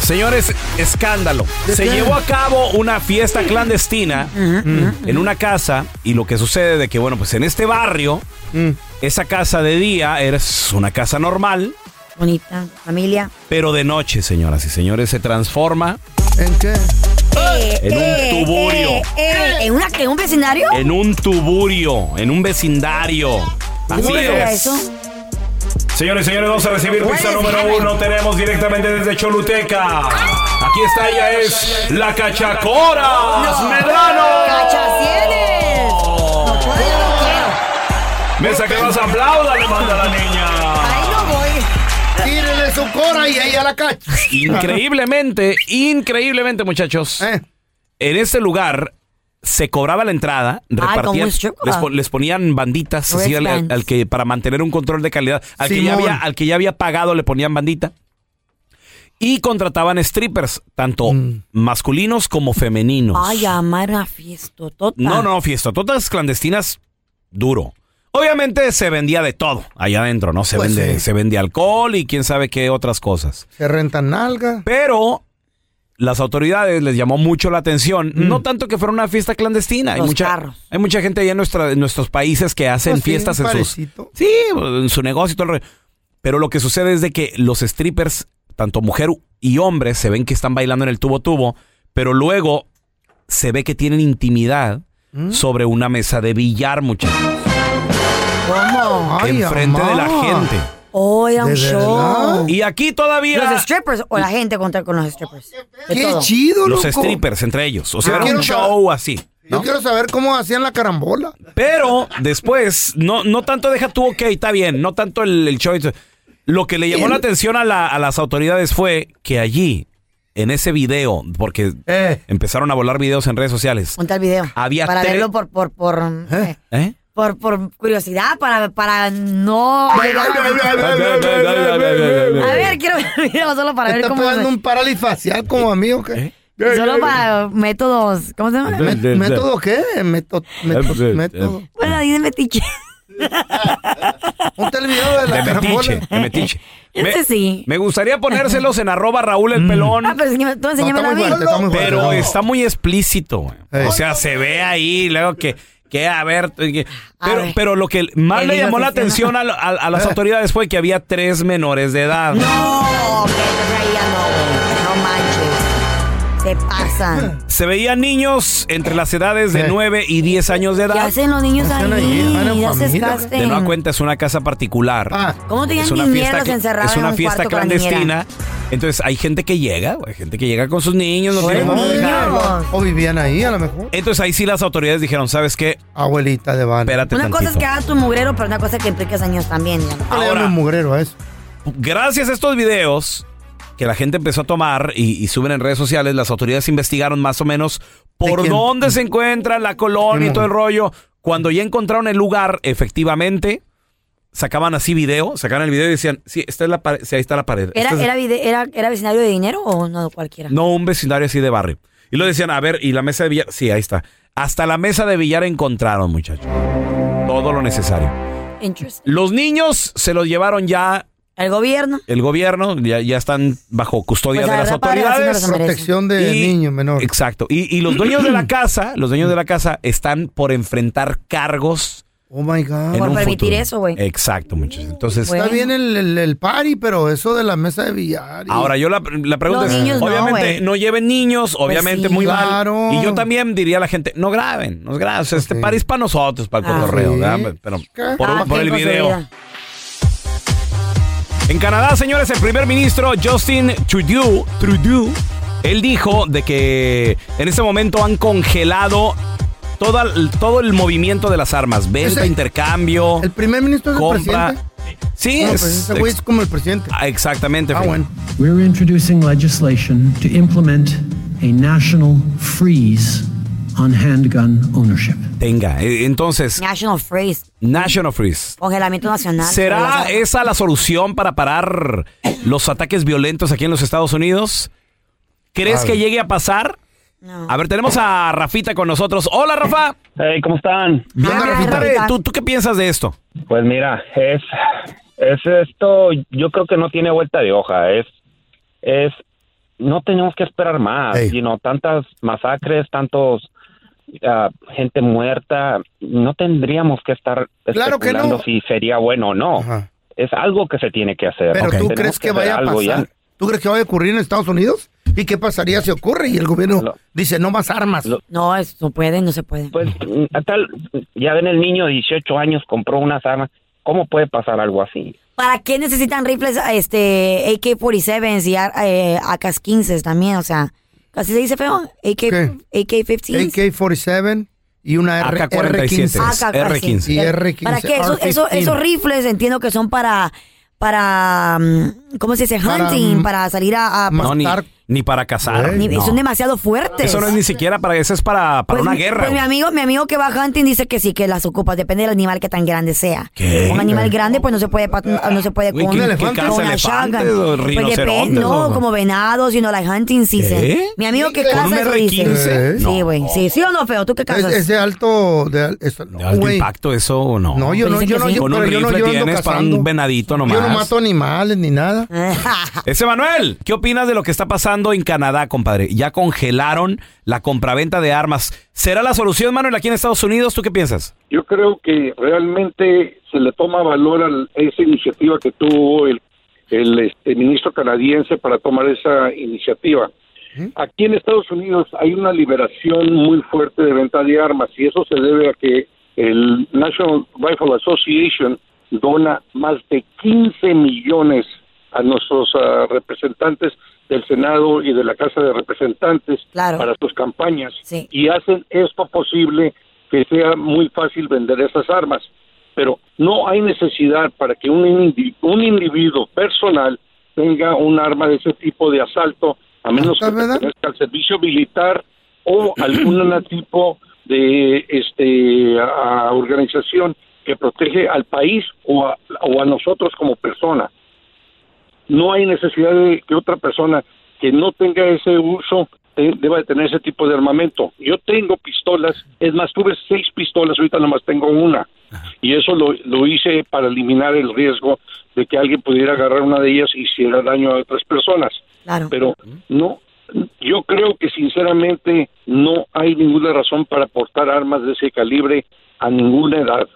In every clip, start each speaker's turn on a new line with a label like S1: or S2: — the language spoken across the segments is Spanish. S1: Señores, escándalo.
S2: ¿De
S1: Se
S2: qué?
S1: llevó a cabo una fiesta clandestina mm, en una casa y lo que sucede de que, bueno, pues en este barrio,
S2: Mm.
S1: esa casa de día es una casa normal,
S3: Bonita, familia.
S1: pero de noche, señoras y señores, se transforma
S4: ¿En qué?
S1: en
S3: Eh,
S1: un tuburio.
S3: eh, eh, ¿En una, en un vecindario?
S1: En un tuburio, en un vecindario. Así
S3: ¿Cómo se veía
S1: es.
S3: eso? pues,
S1: Señores, señores, vamos a recibir pista número uno. Tenemos directamente desde Choluteca. Aquí está, ella es la Cachacora
S3: ¡Cachacienes! No puedo, no quiero.
S1: Mesa que más aplauda, le manda la niña.
S3: Ahí no voy.
S4: Tírele su cora y ella la cacha.
S1: Increíblemente, increíblemente, muchachos.
S4: Eh,
S1: En este lugar se cobraba la entrada,
S3: como
S1: repartían,
S3: un strip club.
S1: les, pon- les ponían banditas así al, al- al que para mantener un control de calidad. Al que, ya
S4: Simón.
S1: había, al que ya había pagado le ponían bandita. Y contrataban strippers, tanto
S4: Mm.
S1: masculinos como femeninos.
S3: Ay, amar una fiesta. Tota.
S1: No, no, fiesta. Todas clandestinas, duro. Obviamente se vendía de todo allá adentro, ¿no? Se,
S4: Pues
S1: vende,
S4: sí.
S1: se vende alcohol y quién sabe qué otras cosas.
S4: se rentan nalga.
S1: Pero las autoridades les llamó mucho la atención. No tanto que fuera una fiesta clandestina. hay,
S3: Los
S1: mucha,
S3: carros.
S1: hay mucha gente allá en, nuestra- en nuestros países que hacen
S4: Pues sí,
S1: fiestas
S4: un
S1: en sus.
S4: parecito.
S1: Sí, en su negocio y todo el rollo. Pero lo que sucede es de que los strippers, tanto mujer y hombre, se ven que están bailando en el tubo tubo, pero luego se ve que tienen intimidad sobre una mesa de billar, muchachos.
S4: ¿Cómo?
S1: enfrente de la gente.
S3: Oh, era un
S4: ¿De
S3: show.
S4: verdad?
S1: Y aquí
S3: ¿Los
S1: todavía
S3: strippers o la gente contra con los strippers? De
S4: Qué
S3: todo.
S4: chido,
S1: los
S4: loco.
S1: strippers entre ellos. O sea,
S4: Yo
S1: era un
S4: quiero
S1: show así.
S4: Yo quiero saber cómo hacían la carambola.
S1: Pero después, no, no tanto deja tú, ok, está bien, no tanto el, el show. y todo. Lo que le llamó la atención a, la- a las autoridades fue que allí, en ese video, porque
S4: Eh.
S1: empezaron a volar videos en redes sociales,
S3: Ponte el video.
S1: Había
S3: para
S1: tres-
S3: verlo por por por, eh,
S1: ¿eh?
S3: por por curiosidad, para para no. A ver, quiero ver el video solo para ver
S4: ¿Está
S3: cómo.
S4: pegando un parálisis facial como a mí o qué?
S1: Eh,
S3: Solo para métodos. ¿Cómo se llama?
S4: ¿Me-
S1: eh.
S4: ¿Método qué? Meto- meto- método.
S3: Bueno, ahí de metiche.
S4: Ponte el video de
S1: De
S4: la
S1: metiche,
S4: carambola.
S1: de metiche.
S3: Ese sí.
S1: me gustaría ponérselos en arroba Raúl el pelón,
S3: Ah, pero enséñame- tú
S4: No,
S3: enséñame
S4: está
S3: la
S4: muy
S3: vida.
S4: fuerte, está muy fuerte.
S1: pero
S4: No.
S1: está muy explícito. güey.
S4: Eh.
S1: O sea, se ve ahí, luego que, que a ver. que-
S3: A
S1: pero,
S3: ver.
S1: pero lo que más
S3: El
S1: le
S3: hilo
S1: llamó
S3: que
S1: la
S3: se-
S1: atención a, lo- a- a las autoridades fue que había tres menores de edad.
S3: No, que te reía, no, no manches. Te pasan.
S1: Se veían niños entre las edades de
S4: Eh.
S1: 9 y 10 años de
S3: ¿Qué
S1: edad.
S3: hacen los niños
S4: Están
S3: ahí?
S4: ahí, van en
S3: Ya se
S4: familia.
S3: escasten.
S1: De nueva cuenta es una casa particular.
S4: Ah,
S3: ¿Cómo tenían
S1: es una
S3: niñeros
S1: fiesta, cla-
S3: encerrados
S1: es
S3: en
S1: una
S3: un
S1: fiesta
S3: cuarto con la niñera?
S1: clandestina. Entonces hay gente que llega, hay gente que llega con sus niños. no
S4: sí,
S1: tiene
S4: ¿no?
S1: dónde dejarlos.
S3: niños.
S4: O vivían ahí a lo mejor.
S1: Entonces ahí sí las autoridades dijeron, ¿sabes qué?
S4: Abuelita de van.
S1: Espérate
S3: Una cosa es
S1: tantito".
S3: que hagas tu mugrero, pero una cosa es que impliques años también. ya no.
S4: Ahora.
S1: ahora-
S4: un mugrero a eso.
S1: Gracias a estos videos que la gente empezó a tomar y, y suben en redes sociales, las autoridades investigaron más o menos por
S4: quién?
S1: dónde se encuentra la colonia y todo el rollo. Cuando ya encontraron el lugar, efectivamente, sacaban así video, sacaban el video y decían, sí, esta es la pared, sí, ahí está la pared.
S3: ¿Era,
S1: Esta es-
S3: era, vide- era, ¿Era vecindario de dinero o no cualquiera?
S1: No un vecindario así de barrio. Y lo decían, a ver, y la mesa de billar, sí, ahí está. Hasta la mesa de billar encontraron, muchachos. Todo lo necesario.
S3: Interesting.
S1: Los niños se los llevaron ya
S3: El gobierno.
S1: el gobierno, ya, ya están bajo custodia
S3: Pues,
S1: de
S3: la
S1: las
S3: verdad, padre, así no
S1: autoridades.
S3: los merece.
S4: Protección de
S1: Y-
S4: niños menores.
S1: Exacto. Y, y los dueños de la casa, los dueños de la casa están por enfrentar cargos
S4: Oh my God.
S1: en
S3: Ah, Por
S1: un
S3: permitir
S1: futuro.
S3: eso, güey.
S1: Exacto, muchachos. Entonces,
S3: Bueno.
S4: Está bien el, el, el party, pero eso de la mesa de billar. y-
S1: ahora yo la, la pregunta
S3: Los
S1: es,
S3: niños no,
S1: obviamente
S3: güey. Pues
S1: no, lleven niños, obviamente
S3: sí,
S1: muy mal.
S4: claro.
S1: Y yo también diría a la gente, no graben, no graben. O sea, este
S4: Sí.
S1: party es para nosotros, para el
S3: Ah.
S1: cotorreo,
S4: Sí.
S1: ¿verdad? Pero por,
S3: Ah,
S1: por
S3: qué
S1: el
S3: cosa de
S1: video.
S3: vida.
S1: En Canadá, señores, el primer ministro Justin Trudeau, Trudeau Él dijo de que en ese momento han congelado toda, el- todo el movimiento de las armas, venta,
S4: Ese-
S1: intercambio,
S4: ¿El primer ministro es el
S1: compra.
S4: presidente?
S1: Sí,
S4: No,
S1: es-
S4: pues ese güey es como el presidente.
S1: Ah, Exactamente.
S4: Ah,
S1: Fer.
S4: bueno.
S2: We're introducing legislation to implement a national freeze on handgun ownership.
S1: Tenga. Eh, Entonces,
S3: National Freeze,
S1: National Freeze.
S3: congelamiento nacional. Pero las
S1: ¿Será eh,
S3: armas-
S1: esa la solución para parar los ataques violentos aquí en los Estados Unidos? ¿Crees que llegue a pasar?
S3: No.
S1: A ver, tenemos a Rafita con nosotros. Hola, Rafa.
S5: Hey, ¿cómo están?
S4: Bien,
S3: Ah,
S4: Rafita.
S1: Compadre,
S3: Rafita.
S1: ¿Tú, tú qué piensas de esto?
S5: Pues mira, es, es esto, yo creo que no tiene vuelta de hoja, es, es, no tenemos que esperar más,
S4: Ey.
S5: sino tantas masacres, tantos ah, gente muerta, no tendríamos que estar
S4: Claro que
S5: especulando
S4: no.
S5: si sería bueno o no.
S4: Ajá.
S5: Es algo que se tiene que hacer.
S4: Pero tú
S5: Tenemos
S4: crees que
S5: hacer
S4: vaya a
S5: algo ya.
S4: pasar. ¿Tú crees que vaya a ocurrir en Estados Unidos? ¿Y qué pasaría si ocurre? Y el gobierno
S5: Lo-
S4: dice, no más armas.
S5: Lo-
S3: No, eso no puede, no se puede.
S5: Pues mm, a tal, ya ven el niño de 18 años compró unas armas, ¿cómo puede pasar algo así?
S3: ¿Para qué necesitan rifles este AK-47s y ar- eh, AK-15s también? O sea, ¿así se dice feo? AK, AK-15s.
S4: AK-47 y una R-
S1: AK-47.
S4: R-15.
S3: AK,
S1: R15.
S3: sí.
S4: Y R15,
S3: ¿Para qué? Eso- eso-
S4: R15.
S3: esos rifles entiendo que son para, para mm, ¿cómo se dice?
S4: Para,
S3: Hunting, para,
S4: mm,
S3: salir a... a-
S4: ma-
S1: No, ni,
S4: Matar-
S1: ni para cazar.
S3: ni-
S1: no.
S3: Son demasiado fuertes.
S1: Eso no es ni siquiera para... Eso es para, para
S3: Pues
S1: una
S3: mi-
S1: guerra.
S3: Pues mi amigo, mi amigo que va hunting dice que sí, que las ocupa, depende del animal que tan grande sea.
S1: ¿Qué?
S3: Un animal grande, pues no se puede, pat- no se puede
S1: Güey,
S3: con,
S1: ¿qué-
S3: con
S1: qué caza
S3: una
S1: elefantes
S3: shotgun.
S1: o
S3: Pues depende,
S1: rinocerontes
S3: no,
S1: o-
S3: como venados, sino la hunting season.
S1: ¿Qué?
S3: Mi amigo que
S4: ¿Con
S3: caza
S1: un
S3: eso
S1: R15?
S3: dice. Sí, güey. Sí, sí o no, feo, tú que
S4: Es,
S3: cazas.
S4: es de alto... De, al- es-
S1: ¿De alto
S4: güey.
S1: impacto eso o no?
S4: No, yo
S3: Pero
S4: no,
S3: Pues dicen
S4: yo
S3: que
S4: no,
S3: sí.
S4: yo,
S1: Con un
S4: pero yo no,
S1: rifle
S4: yo ando
S1: tienes para
S4: cazando.
S1: un venadito
S4: Yo no
S1: nomás.
S4: mato animales ni nada.
S3: Ah,
S1: Ese Manuel, ¿qué opinas de lo que está pasando en Canadá, compadre? Ya congelaron la compraventa de armas. ¿Será la solución, Manuel, aquí en Estados Unidos? ¿Tú qué piensas?
S6: Yo creo que realmente se le toma valor al- a esa iniciativa que tuvo el, el este, ministro canadiense para tomar esa iniciativa. Aquí en Estados Unidos hay una liberación muy fuerte de venta de armas y eso se debe a que el National Rifle Association dona más de 15 millones a nuestros ah, representantes del Senado y de la Casa de Representantes
S3: Claro.
S6: para sus campañas
S3: Sí.
S6: y hacen esto posible que sea muy fácil vender esas armas. Pero no hay necesidad para que un, indi- un individuo personal tenga un arma de ese tipo de asalto, a menos que
S4: ¿Es verdad?
S6: pertenezca al servicio militar o algún tipo de este a- a organización que protege al país o a- o a nosotros como persona no hay necesidad de que otra persona que no tenga ese uso eh, deba de tener ese tipo de armamento. Yo tengo pistolas, es más, tuve seis pistolas, ahorita nomás tengo una. Y eso lo, lo hice para eliminar el riesgo de que alguien pudiera agarrar una de ellas y hiciera daño a otras personas.
S3: Claro.
S6: Pero no, yo creo que sinceramente no hay ninguna razón para portar armas de ese calibre a ninguna edad.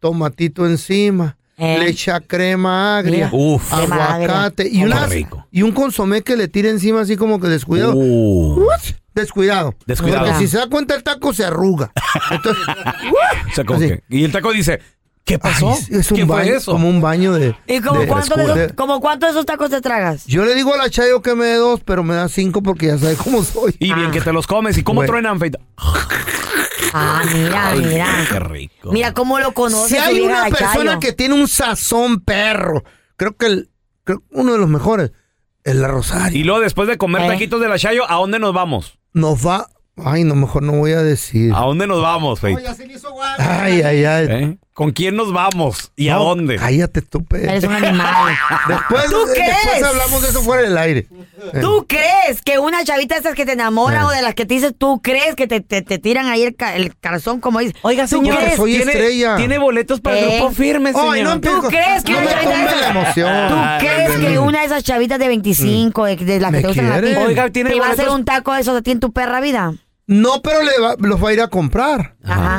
S4: tomatito encima,
S3: Eh.
S4: le echa crema
S1: Mira.
S4: agria,
S1: Uf. Crema agria.
S4: aguacate y,
S1: Qué
S4: unas-
S1: rico.
S4: y un consomé que le tira encima así como que descuidado. What? Descuidado.
S1: Uh, Descuidado.
S4: Porque si se da cuenta el taco se arruga. Entonces,
S1: O sea, como que- Y el taco dice, ¿qué pasó?
S4: ay, es un
S1: ¿Qué
S4: baño,
S1: fue eso?
S4: como un baño de...
S3: ¿Y como
S4: de-
S3: cuánto, de,
S4: de-
S3: esos- como cuánto de esos tacos te tragas?
S4: yo le digo a la Chayo que me dé dos, pero me da cinco porque ya sabe cómo soy.
S1: Y bien que te los comes. ¿Y cómo
S4: Bueno.
S1: truenan, feita?
S3: Ah, mira,
S1: Ay,
S3: mira.
S1: Qué rico.
S3: Mira cómo lo conoce.
S4: Si
S3: su
S4: hay
S3: vieja
S4: una
S3: la Chayo.
S4: persona que tiene un sazón perro, creo que el, creo que uno de los mejores es la Rosario.
S1: Y luego después de comer taquitos de la Chayo, ¿a dónde nos vamos?
S4: Nos va. Ay, no, mejor no voy a decir.
S1: ¿A dónde nos vamos, feita?
S4: Ay, ay, ay.
S1: Ah, ¿Eh? ¿Con quién nos vamos? ¿Y a
S4: No,
S1: dónde?
S4: Cállate, estúpido.
S3: Eres un animal.
S4: Después,
S3: ¿Tú
S4: eh, después
S3: crees?
S4: hablamos de eso fuera del aire. Eh,
S3: ¿Tú crees que una chavita de esas que te enamora o de las que te dices, tú crees que te, te- te tiran ahí el, ca- el calzón como dices? Oiga,
S4: señora, soy estrella.
S1: Tiene boletos para el
S3: Eh.
S1: grupo firme, señor.
S4: Ay, no
S3: ¿Tú
S4: empiezo.
S3: crees que
S4: No
S3: una
S4: me
S3: chavita de
S4: tome la
S3: esas-
S4: emoción. Ah,
S3: ¿Tú
S1: Ay,
S3: crees
S1: ay,
S3: que
S1: ay.
S3: una de esas chavitas de 25, de, de las que
S4: ¿Me
S3: te gustan a ti,
S4: quiere?
S1: Oiga, tiene
S3: te va a hacer
S1: boletos-
S3: un taco de esos a ti en tu perra vida?
S4: No, pero le va- los va a ir a comprar.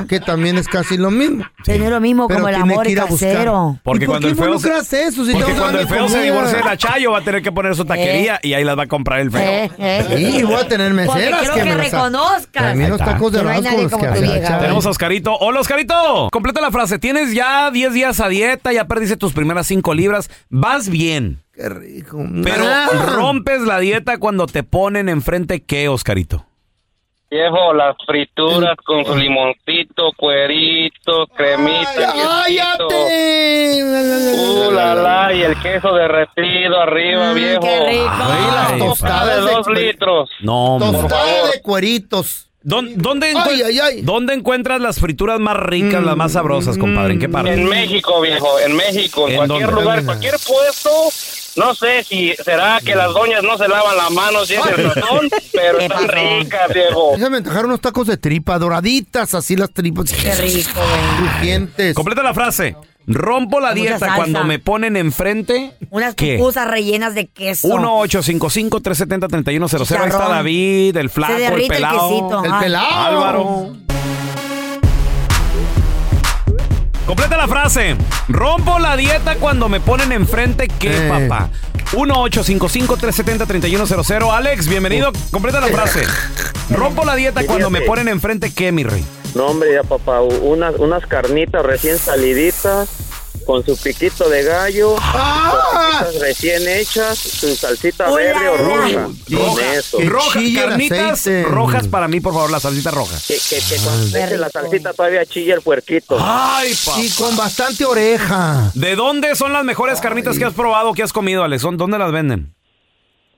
S4: Que también es casi lo mismo.
S3: Tener lo mismo
S4: Pero
S3: como el
S4: tiene
S3: amor
S4: que ir a buscar.
S3: casero.
S4: ¿Y por qué involucras eso? Si
S1: porque
S4: estamos
S1: cuando el
S4: hablando
S1: feo
S4: de
S1: se
S4: comida.
S1: divorcie de la Chayo va a tener que poner su taquería y ahí las va a comprar el feo.
S3: Eh, eh.
S4: Sí, voy a tener meseras
S3: Porque
S4: que
S3: quiero
S4: me
S3: que
S4: las-
S3: reconozcas.
S4: A mí los tacos de
S3: Que no hay
S4: arroz
S3: nadie
S4: con los
S3: como
S4: que
S3: tu
S4: hace la
S3: vieja.
S4: Chayo.
S1: Tenemos a Oscarito. Hola, Oscarito. Completa la frase. Tienes ya 10 días a dieta, ya perdiste tus primeras 5 libras. Vas bien.
S4: Qué rico.
S1: Pero
S4: Ah.
S1: rompes la dieta cuando te ponen enfrente qué, Oscarito.
S7: Llevo las frituras con su limoncito, cuerito, cremita. quesito. Uh, la, la, y el queso derretido arriba, viejo.
S4: qué rico. Ay, las
S7: Ay,
S4: tostadas
S7: de
S4: de
S7: dos
S4: cuero.
S7: litros.
S1: No, hombre.
S4: Tostada de cueritos.
S1: ¿Dónde, dónde,
S4: Ay,
S1: encuent-
S4: ay, ay.
S1: dónde encuentras las frituras más ricas, las más sabrosas, compadre? ¿En
S4: Mm,
S1: qué parte?
S7: En México, viejo, en México, en,
S1: ¿En
S7: cualquier
S1: dónde?
S7: lugar, cualquier puesto. No sé si será que las doñas no se lavan las manos, y el razón, pero están ricas, viejo.
S4: Déjame antojar unos tacos de tripa, doraditas, así las tripas. Qué
S3: rico,
S4: Crujientes.
S1: Completa la frase. Rompo la
S3: Mucha
S1: dieta
S3: salsa.
S1: cuando me ponen enfrente.
S3: Unas
S1: ¿Qué?
S3: pupusas rellenas de queso.
S1: 1-855-370-3100. Ahí está
S3: Chicharrón.
S1: David, el flaco,
S3: Se
S1: el
S3: derrite el
S1: pelado.
S3: quesito. El Ay. pelao.
S1: Álvaro. Completa la frase. Rompo la dieta cuando me ponen enfrente. ¿Qué,
S4: Eh.
S1: papá? 1-855-370-3100. Alex, bienvenido. Completa la frase. Rompo la dieta cuando me ponen enfrente. ¿Qué, mi rey?
S7: No, hombre, ya papá, unas, unas carnitas recién saliditas, con su piquito de gallo,
S4: Ah,
S7: tortitas recién hechas, su salsita verde o roja. Con eso.
S1: Roja, carnitas rojas para mí, por favor, la salsita roja.
S7: Que, que, que cuando se eche la salsita todavía chilla el puerquito.
S1: Ay, papá.
S4: Y con bastante oreja.
S1: ¿De dónde son las mejores carnitas que has probado, que has comido, Alex? ¿Son- ¿Dónde las venden?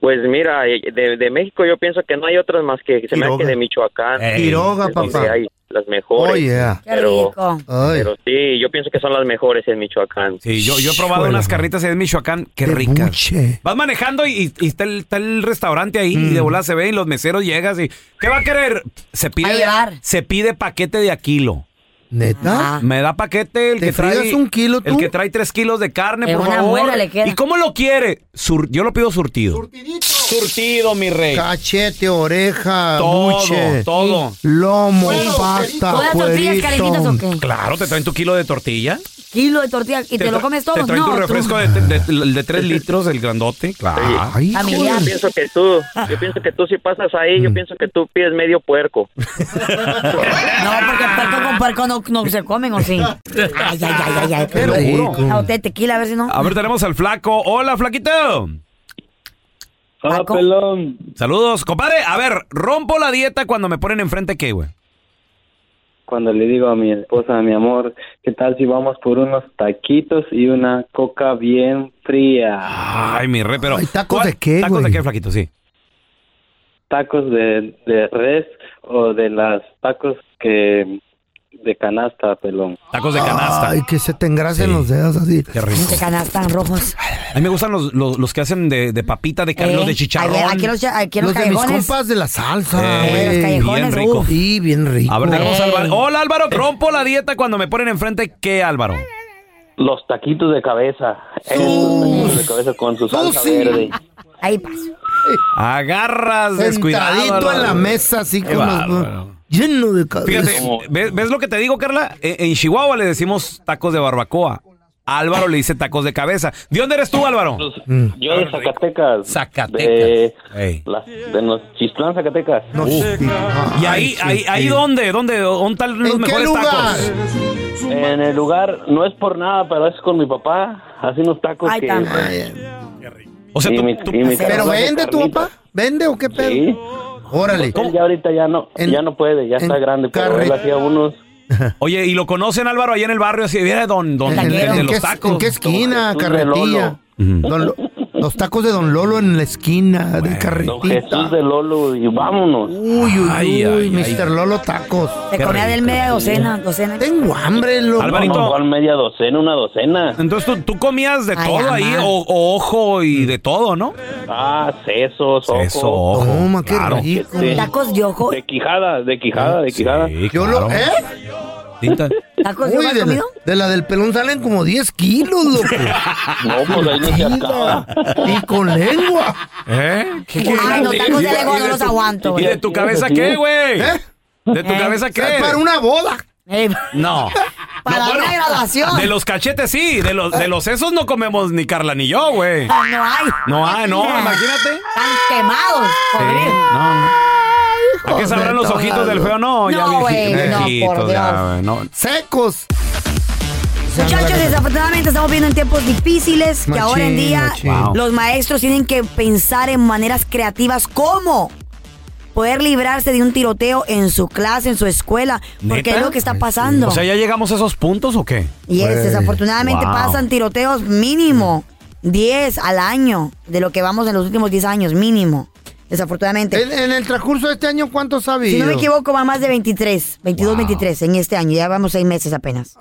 S7: Pues mira, eh, de, de México yo pienso que no hay otras más que se me hace que de Michoacán.
S1: Ey.
S4: Quiroga,
S7: es donde
S4: papá.
S7: hay las mejores.
S4: Oh, yeah. Qué
S7: pero,
S4: rico. Ay.
S7: pero sí, yo pienso que son las mejores en Michoacán.
S1: Sí, Yo, yo he probado unas carnitas en Michoacán, qué ricas. Vas manejando y, y está, el, está el restaurante ahí
S4: Mm.
S1: y de volada se ve y los meseros llegas y ¿qué va a querer? Se
S3: A
S1: pide,
S3: llevar. Ah.
S1: se pide paquete de a kilo.
S4: ¿Neta?
S1: Me da paquete el
S4: ¿Te
S1: que trae
S4: friegas un kilo
S1: el
S4: tú?
S1: que trae tres kilos de carne,
S3: En
S1: por
S3: una
S1: favor.
S3: muela le queda.
S1: ¿Y cómo lo quiere? Sur- yo lo pido surtido. Surtido, mi rey.
S4: Cachete, oreja,
S1: Todo,
S4: buche,
S1: todo.
S4: lomo,
S3: Cuero,
S4: pasta,
S3: ¿Todas tortillas calentitas o
S4: cuerito.
S3: qué?
S1: Claro, te traen tu kilo de tortilla.
S3: Kilo de tortilla y te,
S1: tra-
S3: lo comes todo.
S1: Te traen
S3: no,
S1: tu
S3: tú.
S1: refresco de, de, de- de tres litros, el grandote. Claro.
S7: Yo pienso que tú, yo pienso que tú si pasas ahí, yo pienso que tú pides medio puerco.
S3: No, porque puerco con puerco no, no se comen, ¿o sí? Ay, ay, ay, ay, ay.
S1: Te lo juro.
S3: A usted tequila, a ver si no.
S1: A ver, tenemos al flaco. Hola, flaquito.
S3: Flaco.
S1: pelón. Saludos, compadre. A ver, rompo la dieta cuando me ponen enfrente qué, güey.
S8: cuando le digo a mi esposa, mi amor, ¿qué tal si vamos por unos taquitos y una coca bien fría?
S1: Ay, mi re, pero. ¿Tacos
S8: de qué,
S1: ¿Tacos de
S8: güey?
S1: qué, flaquito? Sí.
S8: Tacos de, de res o de las tacos que de canasta, pelón.
S1: Tacos de canasta.
S4: Ay, que se te engrasen los dedos así.
S1: Qué rico.
S3: De canastas Este rojos.
S1: A mí me gustan los, los, los que hacen de, de papita, de carne,
S3: Eh,
S1: los de chicharrón.
S3: aquí- aquí los cha- aquí los
S4: Los de mis
S3: callejones.
S4: compas de la salsa.
S1: Eh,
S4: güey.
S1: los callejones, bien rico. uf.
S4: Sí, bien rico.
S1: A ver, tenemos a Álvaro. Hola, Álvaro. Rompo la dieta cuando me ponen enfrente qué, Álvaro.
S7: Los taquitos de cabeza. Esos taquitos de cabeza con su salsa
S4: sí.
S7: verde.
S3: Ahí paso.
S1: Agarras descuidado.
S4: Sentadito en la
S1: Álvaro.
S4: mesa, así
S1: Qué
S4: con los-
S1: bárbaro.
S4: Lleno de cabeza.
S1: Fíjate, ¿ves, ves lo que te digo, Carla? E- En, Chihuahua le decimos tacos de barbacoa. Álvaro le dice tacos de cabeza. ¿De dónde eres tú, Álvaro?
S4: Mm.
S7: Yo de Zacatecas.
S1: Zacatecas.
S7: De,
S1: las-
S7: de los Chistlán, Zacatecas.
S1: ¿Y ahí, ahí, ahí dónde? ¿Dónde? ¿Dónde están los mejores tacos?
S7: En el lugar, no es por nada, pero es con mi papá. Hace unos tacos
S4: Ay,
S7: que...
S4: tan-
S1: O
S7: sea,
S4: Pero vende tu papá. ¿Vende o qué pedo? Órale.
S7: Él ya ahorita ya no, ya no puede, ya está grande, pero él hacía unos...
S1: Oye, ¿y lo conocen, Álvaro, ahí en el barrio? Si viera don, don, el de
S4: ¿En,
S1: los
S4: qué,
S1: tacos.
S4: en qué esquina,
S7: Don Jesús de
S4: carretilla? Don Lo- los tacos de Don Lolo en la esquina de
S7: Don
S4: carretilla.
S7: Jesús de Lolo, y vámonos.
S4: Uy, uy,
S7: Ay, ay,
S4: uy, Mr. Lolo Tacos.
S3: Te comía del media docena, docena.
S4: Tengo hambre, Lolo.
S1: Alvarito.
S7: No, ¿cuál media docena, una docena.
S1: Entonces tú, tú comías de
S7: Ay,
S1: todo
S7: mamá.
S1: ahí, o, o ojo
S4: Mm.
S1: y de todo, ¿no?
S7: Ah, sesos, ojos.
S1: Seso, ojo, Toma, qué claro. rico.
S7: Este,
S3: Tacos de ojo.
S7: De quijada, de quijada, de quijada.
S1: Yo lo,
S4: ¿eh?
S1: distintas.
S3: ¿Tacos de
S4: Uy,
S3: uvas
S4: de, la,
S3: comido?
S4: de la del pelón salen como 10 kilos, loco.
S1: Ah,
S7: No, pues ahí no se acaba.
S4: Y con lengua.
S1: ¿Eh?
S3: Ay, los tacos de lengua no los aguanto,
S1: ¿Y
S3: güey.
S1: de tu cabeza qué, güey? ¿De
S7: Eh,
S1: tu cabeza qué?
S4: ¿eh? Para una boda.
S3: Eh,
S1: No.
S3: Para
S1: No,
S3: una
S1: bueno,
S3: graduación.
S1: De los cachetes sí, de los, de los esos no comemos ni Carla ni yo, güey.
S3: Ah, No
S1: No hay,
S3: hay.
S1: no, imagínate.
S3: Están quemados.
S1: Sí,
S3: podridos.
S1: no, no. ¿A qué
S4: Joder,
S1: sabrán los
S4: todo
S1: ojitos del
S4: algo.
S1: feo? No, ya
S3: No,
S1: vieji-
S3: güey, no, por
S1: viejitos, ya, güey, no.
S4: Secos.
S3: Muchachos, desafortunadamente estamos viviendo en tiempos difíciles que
S4: Machín,
S3: ahora en día
S4: machín.
S1: Wow.
S3: los maestros tienen que pensar en maneras creativas cómo poder librarse de un tiroteo en su clase, en su escuela, porque
S1: ¿Neta?
S3: es lo que está pasando.
S1: O sea, ¿ya llegamos a esos puntos o qué?
S3: y es, desafortunadamente
S1: Wow.
S3: pasan tiroteos mínimo 10 al año de lo que vamos en los últimos 10 años, mínimo. Desafortunadamente.
S4: En, en el transcurso de este año, ¿cuántos ha habido?
S3: Si no me equivoco, van más de 23, 22, 23 en este año. Ya vamos seis meses apenas.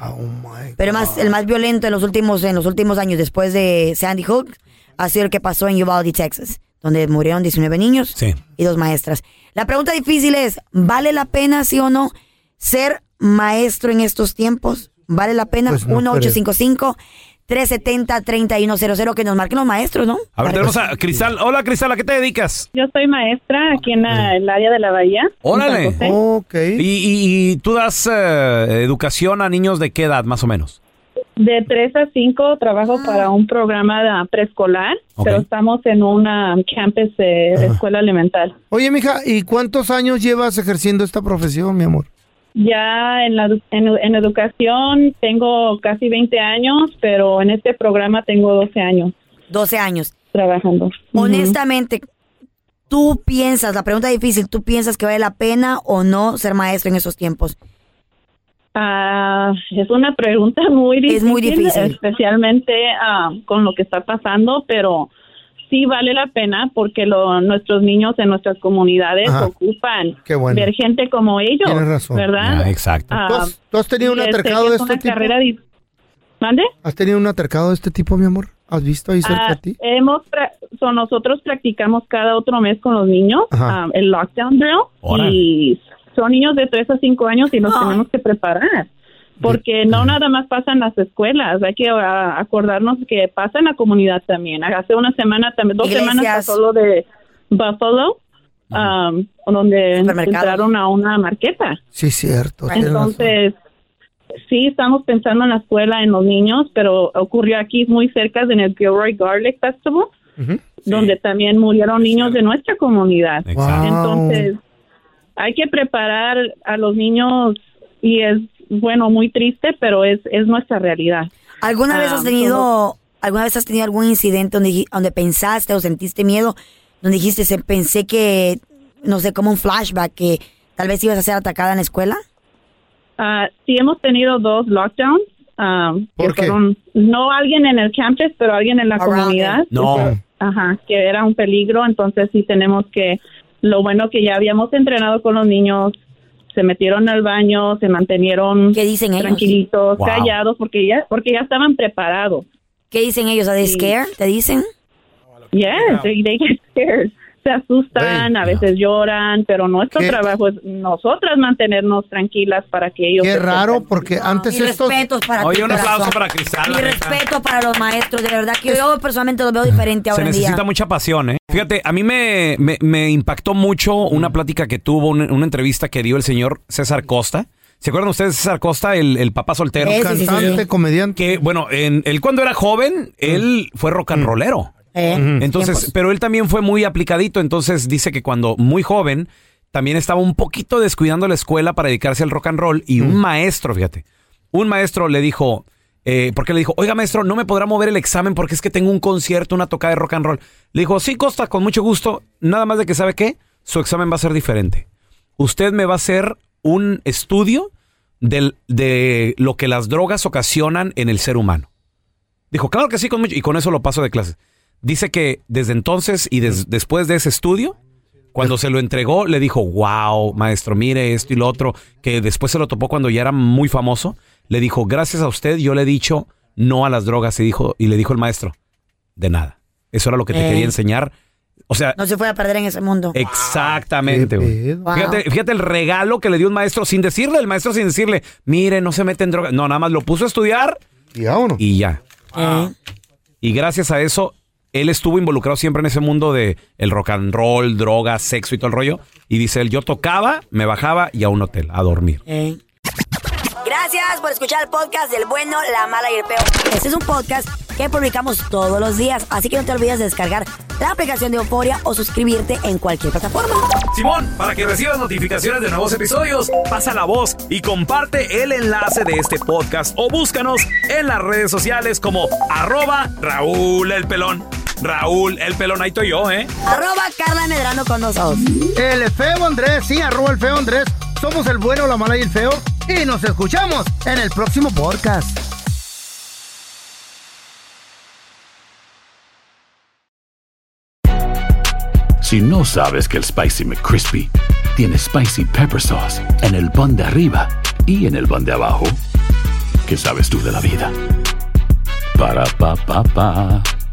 S3: Pero más, el más violento en los últimos, en los últimos años, después de Sandy Hook, ha sido el que pasó en Uvalde, Texas, donde murieron 19 niños y dos maestras. La pregunta difícil es, ¿vale la pena, sí o no, ser maestro en estos tiempos? ¿Vale la pena?
S1: Pues no
S3: 1-855-370-3100, que nos marquen los maestros, ¿no?
S1: A ver, tenemos a Cristal. Hola, Cristal, ¿a qué te dedicas?
S9: Yo soy maestra aquí en la- el área de la bahía.
S1: Órale.
S9: en San José.
S1: ¿Y, y- y tú das eh, educación a niños de qué edad, más o menos?
S9: De 3 a 5 trabajo
S1: Ah.
S9: para un programa de ah, preescolar,
S1: Ok.
S9: pero estamos en una campus de escuela elemental.
S4: Oye, mija, ¿y cuántos años llevas ejerciendo esta profesión, mi amor?
S9: Ya en, la, en, en educación tengo casi 20 años, pero en este programa tengo 12 años.
S3: 12 años.
S9: Trabajando.
S3: Honestamente, ¿tú piensas, la pregunta difícil, ¿tú piensas que vale la pena o no ser maestro en esos tiempos?
S9: Ah, es una pregunta muy difícil,
S3: muy difícil.
S9: especialmente ah, con lo que está pasando, pero sí vale la pena porque lo- nuestros niños en nuestras comunidades
S4: Ajá.
S9: ocupan
S4: Qué bueno.
S9: ver gente como ellos,
S4: Tienes razón.
S9: ¿verdad?
S4: Ah,
S1: exacto.
S9: Ah,
S4: ¿Tú has, tú has tenido un
S9: y este,
S4: altercado de
S9: es
S4: este
S9: una
S4: tipo?
S9: carrera di- ¿Mande?
S4: ¿Has tenido un altercado de este tipo, mi amor? ¿Has visto ahí cerca
S9: Ah,
S4: de ti?
S9: hemos pra- so, nosotros practicamos cada otro mes con los niños
S4: Ajá.
S9: ah, el lockdown drill
S4: Órale.
S9: y son niños de 3 a 5 años y los tenemos que preparar porque no nada más pasan las escuelas, hay que ah, acordarnos que pasa en la comunidad también. Hace una semana, también dos semanas
S3: Iglesias.
S9: pasó lo de Buffalo, ah, donde
S3: Supermercados.
S9: entraron a una marqueta.
S4: Sí, cierto. tienes razón.
S9: Entonces, sí, estamos pensando en la escuela, en los niños, pero ocurrió aquí muy cerca en el Gilroy Garlic Festival,
S4: Ujú.
S9: donde también murieron niños de nuestra comunidad.
S4: Exacto.
S9: Entonces, hay que preparar a los niños y es, bueno, muy triste, pero es, es nuestra realidad.
S3: ¿Alguna vez
S9: Ah,
S3: has tenido, alguna vez has tenido algún incidente donde, dij- donde pensaste o sentiste miedo, donde dijiste, "Se- pensé que, no sé, como un flashback, que tal vez ibas a ser atacada en la escuela?
S9: Ah, sí hemos tenido dos lockdowns. ah, que fueron, no alguien en el campus, pero alguien en la comunidad.
S1: No.
S9: Ajá, que era un peligro, entonces sí tenemos que, lo bueno que ya habíamos entrenado con los niños, se metieron al baño, se mantenieron
S3: dicen ellos?
S9: tranquilitos,
S3: Wow.
S9: callados, porque ya, porque ya estaban preparados.
S3: ¿Qué dicen ellos? ¿Are they scared? ¿Te dicen?
S9: Yes, they, they get scared. Se asustan, a veces lloran, pero nuestro trabajo es nosotras mantenernos tranquilas para que ellos...
S4: Qué
S9: se
S4: raro,
S9: sientan
S4: porque antes
S3: Mis
S4: estos...
S3: respetos para
S1: Oye,
S3: ti,
S1: un
S3: corazón.
S1: aplauso para Cristal.
S3: Mi
S1: la neta.
S3: respeto para los maestros, de verdad que yo personalmente los veo diferente
S1: Se
S3: ahora en día.
S1: necesita mucha pasión, ¿eh? Fíjate, a mí me, me- me impactó mucho una plática que tuvo, una, una entrevista que dio el señor César Costa. ¿Se acuerdan ustedes de César Costa, el, el papá soltero?
S4: Sí, sí, sí, sí. Cantante,
S1: comediante. Que, bueno, en- él cuando era joven, él fue rock and rollero.
S3: Eh,
S1: Entonces,
S3: tiempos.
S1: pero él también fue muy aplicadito, entonces dice que cuando muy joven también estaba un poquito descuidando la escuela para dedicarse al rock and roll y un maestro, fíjate, un maestro le dijo, eh, porque le dijo, oiga maestro, no me podrá mover el examen porque es que tengo un concierto, una tocada de rock and roll. Le dijo, sí, Costa, con mucho gusto, nada más de que sabe qué, su examen va a ser diferente. Usted me va a hacer un estudio del- de lo que las drogas ocasionan en el ser humano. Dijo, claro que sí, con mucho- y con eso lo paso de clases. Dice que desde entonces y des- después de ese estudio, cuando se lo entregó, le dijo, wow, maestro, mire esto y lo otro, que después se lo topó cuando ya era muy famoso. Le dijo, gracias a usted, yo le he dicho no a las drogas, y, dijo, y le dijo el maestro, de nada. Eso era lo que te
S3: Eh.
S1: quería enseñar O sea,
S3: No se puede perder en ese mundo.
S1: Eh,
S3: Eh,
S1: Exactamente, güey.
S3: Wow.
S1: Fíjate, fíjate el regalo que le dio un maestro sin decirle, el maestro sin decirle, mire, no se mete en droga. No, nada más lo puso a estudiar.
S4: Y ya uno.
S1: Y ya. ah. Y gracias a eso, él estuvo involucrado siempre en ese mundo de el rock and roll, drogas, sexo y todo el rollo. Y dice él, yo tocaba, me bajaba y a un hotel, a dormir.
S3: Gracias por escuchar el podcast del bueno, la mala y el peor. Este es un podcast que publicamos todos los días, así que no te olvides de descargar la aplicación de Euforia o suscribirte en cualquier plataforma.
S10: Simón, para que recibas notificaciones de nuevos episodios, pasa la voz y comparte el enlace de este podcast o búscanos en las redes sociales como arroba Raúl el Pelón. Raúl el Pelón, ahí estoy yo, ¿eh?
S3: Arroba Carla Medrano con nosotros.
S4: El feo Andrés, sí, arroba el feo Andrés. Somos el bueno, la mala y el feo. Y nos escuchamos en el próximo podcast.
S11: Si no sabes que el Spicy McCrispy tiene Spicy Pepper Sauce en el pan de arriba y en el pan de abajo, ¿qué sabes tú de la vida? Para, pa, pa, pa.